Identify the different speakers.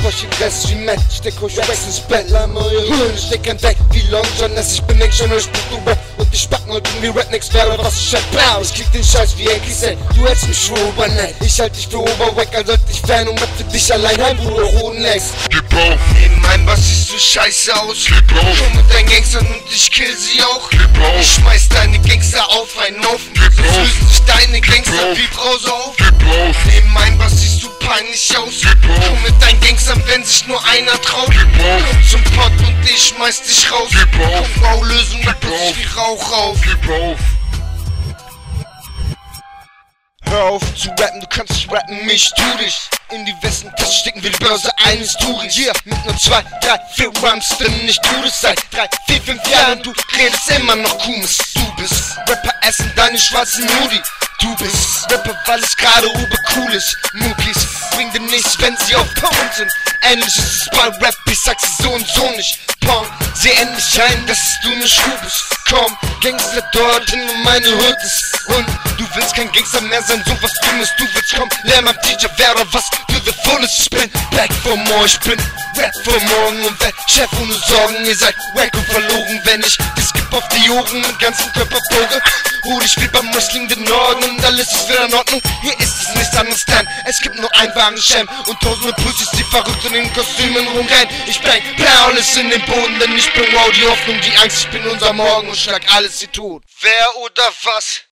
Speaker 1: Flächen Rest wie Matt Steck euch weg ins Bett Lamm eure Hirn stecken weg wie Long John Ness Ich bin Action, euch bin du Rap Und ich packen euch irgendwie Rednecks Wäre was ich hab Blau, ich krieg den Scheiß wie Yankee Sen Du hältst mich für Oberneck Ich halt dich für Oberwack Als sollte ich Fan und Rap für dich allein Heim, Bruder, Rodenlex Gib auf Neben meinem Bass siehst du scheiße aus Gib auf Komm mit deinen Gangstern und ich kill sie auch Gib auf Ich schmeiß deine Gangster auf einen Haufen Gib auf Lösen sich deine Gangster wie Brause auf Gib auf Neben meinem Bass siehst du peinlich aus Gib auf Komm mit deinen Gangstern, wenn sich nur einer traut Gib auf Komm zum Pott und ich schmeiß dich raus Gib auf Komm, Bau, Lösung, Gib auf wie Rauch auf Gib auf Hör auf zu rappen, du kannst nicht rappen, ich tu dich In die Westentasche stecken wir die Börse eines Touris Hier mit nur zwei, drei, vier Rhymes drin Ich tu das seit drei, vier, fünf Jahren Du redest immer noch Kumis Du bist Rapper, essen deine schwarzen Nudi Du bist Rapper, weil es gerade obercool ist Mookies bringen demnächst, wenn sie auf Porn sind Ähnlich ist es bei Rap, ich sag's dir so und so nicht Porn, seh endlich ein, dass du ne Schuh bist Komm, Gangster dorthin, wo meine Hood ist Und du willst kein Gangster mehr sein, so was Dummes Du willst kommen, lern am DJ, wäre was du the fullest Ich bin back for more, ich bin Rap für morgen Und werd Chef ohne Sorgen, ihr seid wack und verlogen Wenn ich das Skip auf die Ohren und ganzen Körper boge Ruh dich wie beim Wrestling den Norden Und alles ist wieder in Ordnung, hier ist es nichts anderes denn Es gibt nur einen wahren Champ und tausende Pussys, die verrückt in den Kostümen rumrennen Ich bang blau alles in den Boden, denn ich bin wow, die Hoffnung, die Angst Ich bin unser Morgen und schlag alles sie tut Wer oder was